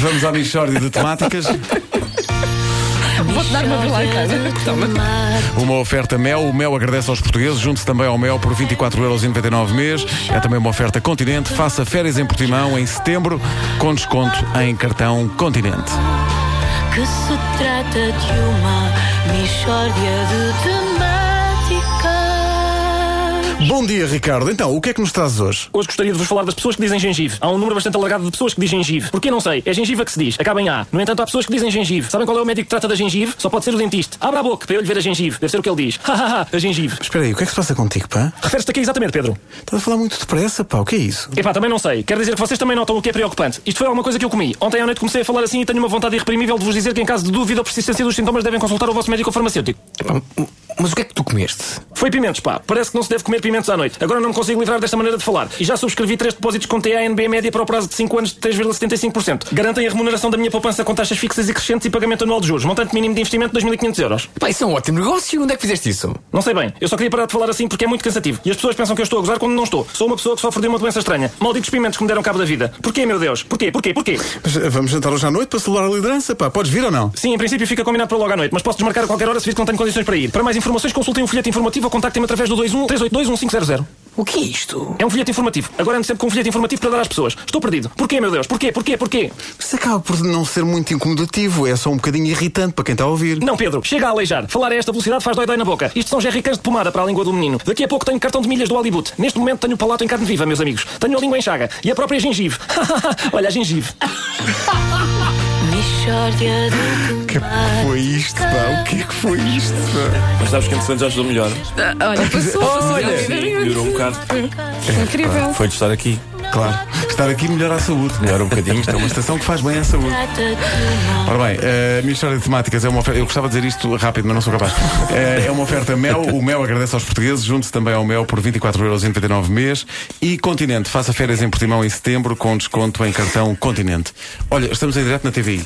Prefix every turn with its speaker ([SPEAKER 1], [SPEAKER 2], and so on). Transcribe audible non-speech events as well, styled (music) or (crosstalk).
[SPEAKER 1] Vamos à Michórdia de Temáticas.
[SPEAKER 2] Vou-te dar uma vez lá em casa. (laughs) Toma.
[SPEAKER 1] Uma oferta Mel. O Mel agradece aos portugueses. Junte-se também ao Mel por 24,99€ mês. É também uma oferta Continente. Faça férias em Portimão em setembro com desconto em cartão Continente.
[SPEAKER 3] que se trata de uma mistória de temáticas.
[SPEAKER 1] Bom dia, Ricardo. Então, o que é que nos trazes hoje?
[SPEAKER 4] Hoje gostaria de vos falar das pessoas que dizem gengive. Há um número bastante alargado de pessoas que dizem gengive. Porquê não sei? É gengiva que se diz. Acaba em A. No entanto, há pessoas que dizem gengive. Sabem qual é o médico que trata da gengive? Só pode ser o dentista. Abra a boca para eu lhe ver a gengive. Deve ser o que ele diz. Hahaha, a gengive.
[SPEAKER 1] Espera aí, o que é que se passa contigo, pá?
[SPEAKER 4] Refere-se a quê exatamente, Pedro?
[SPEAKER 1] Estás a falar muito depressa, pá. O que é isso?
[SPEAKER 4] Epá, também não sei. Quero dizer que vocês também notam o que é preocupante. Isto foi alguma coisa que eu comi. Ontem à noite comecei a falar assim e tenho uma vontade irreprimível de vos dizer que em caso de dúvida ou persistência dos sintomas devem consultar o vosso médico farmacêutico.
[SPEAKER 5] Mas o que é que tu comeste?
[SPEAKER 4] Foi pimentos, pá. Parece que não se deve comer pimentos à noite. Agora não me consigo livrar desta maneira de falar. E já subscrevi três depósitos com TANB média para o prazo de 5 anos de 3,75%. Garantem a remuneração da minha poupança com taxas fixas e crescentes e pagamento anual de juros. Montante mínimo de investimento 2.500 euros.
[SPEAKER 5] Pá, isso é um ótimo negócio. Onde é que fizeste isso?
[SPEAKER 4] Não sei bem. Eu só queria parar de falar assim porque é muito cansativo. E as pessoas pensam que eu estou a gozar quando não estou. Sou uma pessoa que sofre de uma doença estranha. Malditos pimentos que me deram cabo da vida. Porquê, meu Deus? Porquê? Porquê? Porquê?
[SPEAKER 1] Mas, eh, vamos jantar hoje à noite para celebrar a liderança, pá. Podes vir ou não?
[SPEAKER 4] Sim, em princípio fica combinado para logo à noite, mas posso desmarcar a qualquer hora se vir que não tenho condições para ir. Para mais informações, consultem o folheto informativo ou contactem-me através do 21 382 1500.
[SPEAKER 5] O que é isto?
[SPEAKER 4] É um folheto informativo. Agora ando sempre com um folheto informativo para dar às pessoas. Estou perdido. Porquê, meu Deus? Porquê? Porquê? Porquê?
[SPEAKER 1] Isso acaba por não ser muito incomodativo. É só um bocadinho irritante para quem está a ouvir.
[SPEAKER 4] Não, Pedro, chega a aleijar. Falar a esta velocidade faz dói-dói na boca. Isto são jerrycans de pomada para a língua do menino. Daqui a pouco tenho cartão de milhas do Hollywood. Neste momento tenho o palato em carne viva, meus amigos. Tenho a língua em chaga. E a própria gengive. (laughs) Olha, a gengive.
[SPEAKER 3] Mistória de temáticas.
[SPEAKER 1] Foi isto, pá. O que é que foi isto, pá?
[SPEAKER 6] Mas sabes que entretanto já ajudou melhor.
[SPEAKER 2] Ah, Olha, passou.
[SPEAKER 1] Olha.
[SPEAKER 2] passou.
[SPEAKER 6] Melhorou um bocado.
[SPEAKER 2] Incrível.
[SPEAKER 6] Foi de estar aqui.
[SPEAKER 1] Claro. Estar aqui melhora a saúde.
[SPEAKER 6] Melhorou um bocadinho.
[SPEAKER 1] É uma estação que faz bem à saúde.
[SPEAKER 3] Trata de uma
[SPEAKER 1] Ora bem, a minha história de temáticas é uma oferta. Eu gostava de dizer isto rápido, mas não sou capaz. Eh, É uma oferta Mel. O Mel agradece aos portugueses. Junte-se também ao Mel por 24,99€ mês. E Continente. Faça férias em Portimão em setembro com desconto em cartão Continente. Olha, estamos em direto na TV.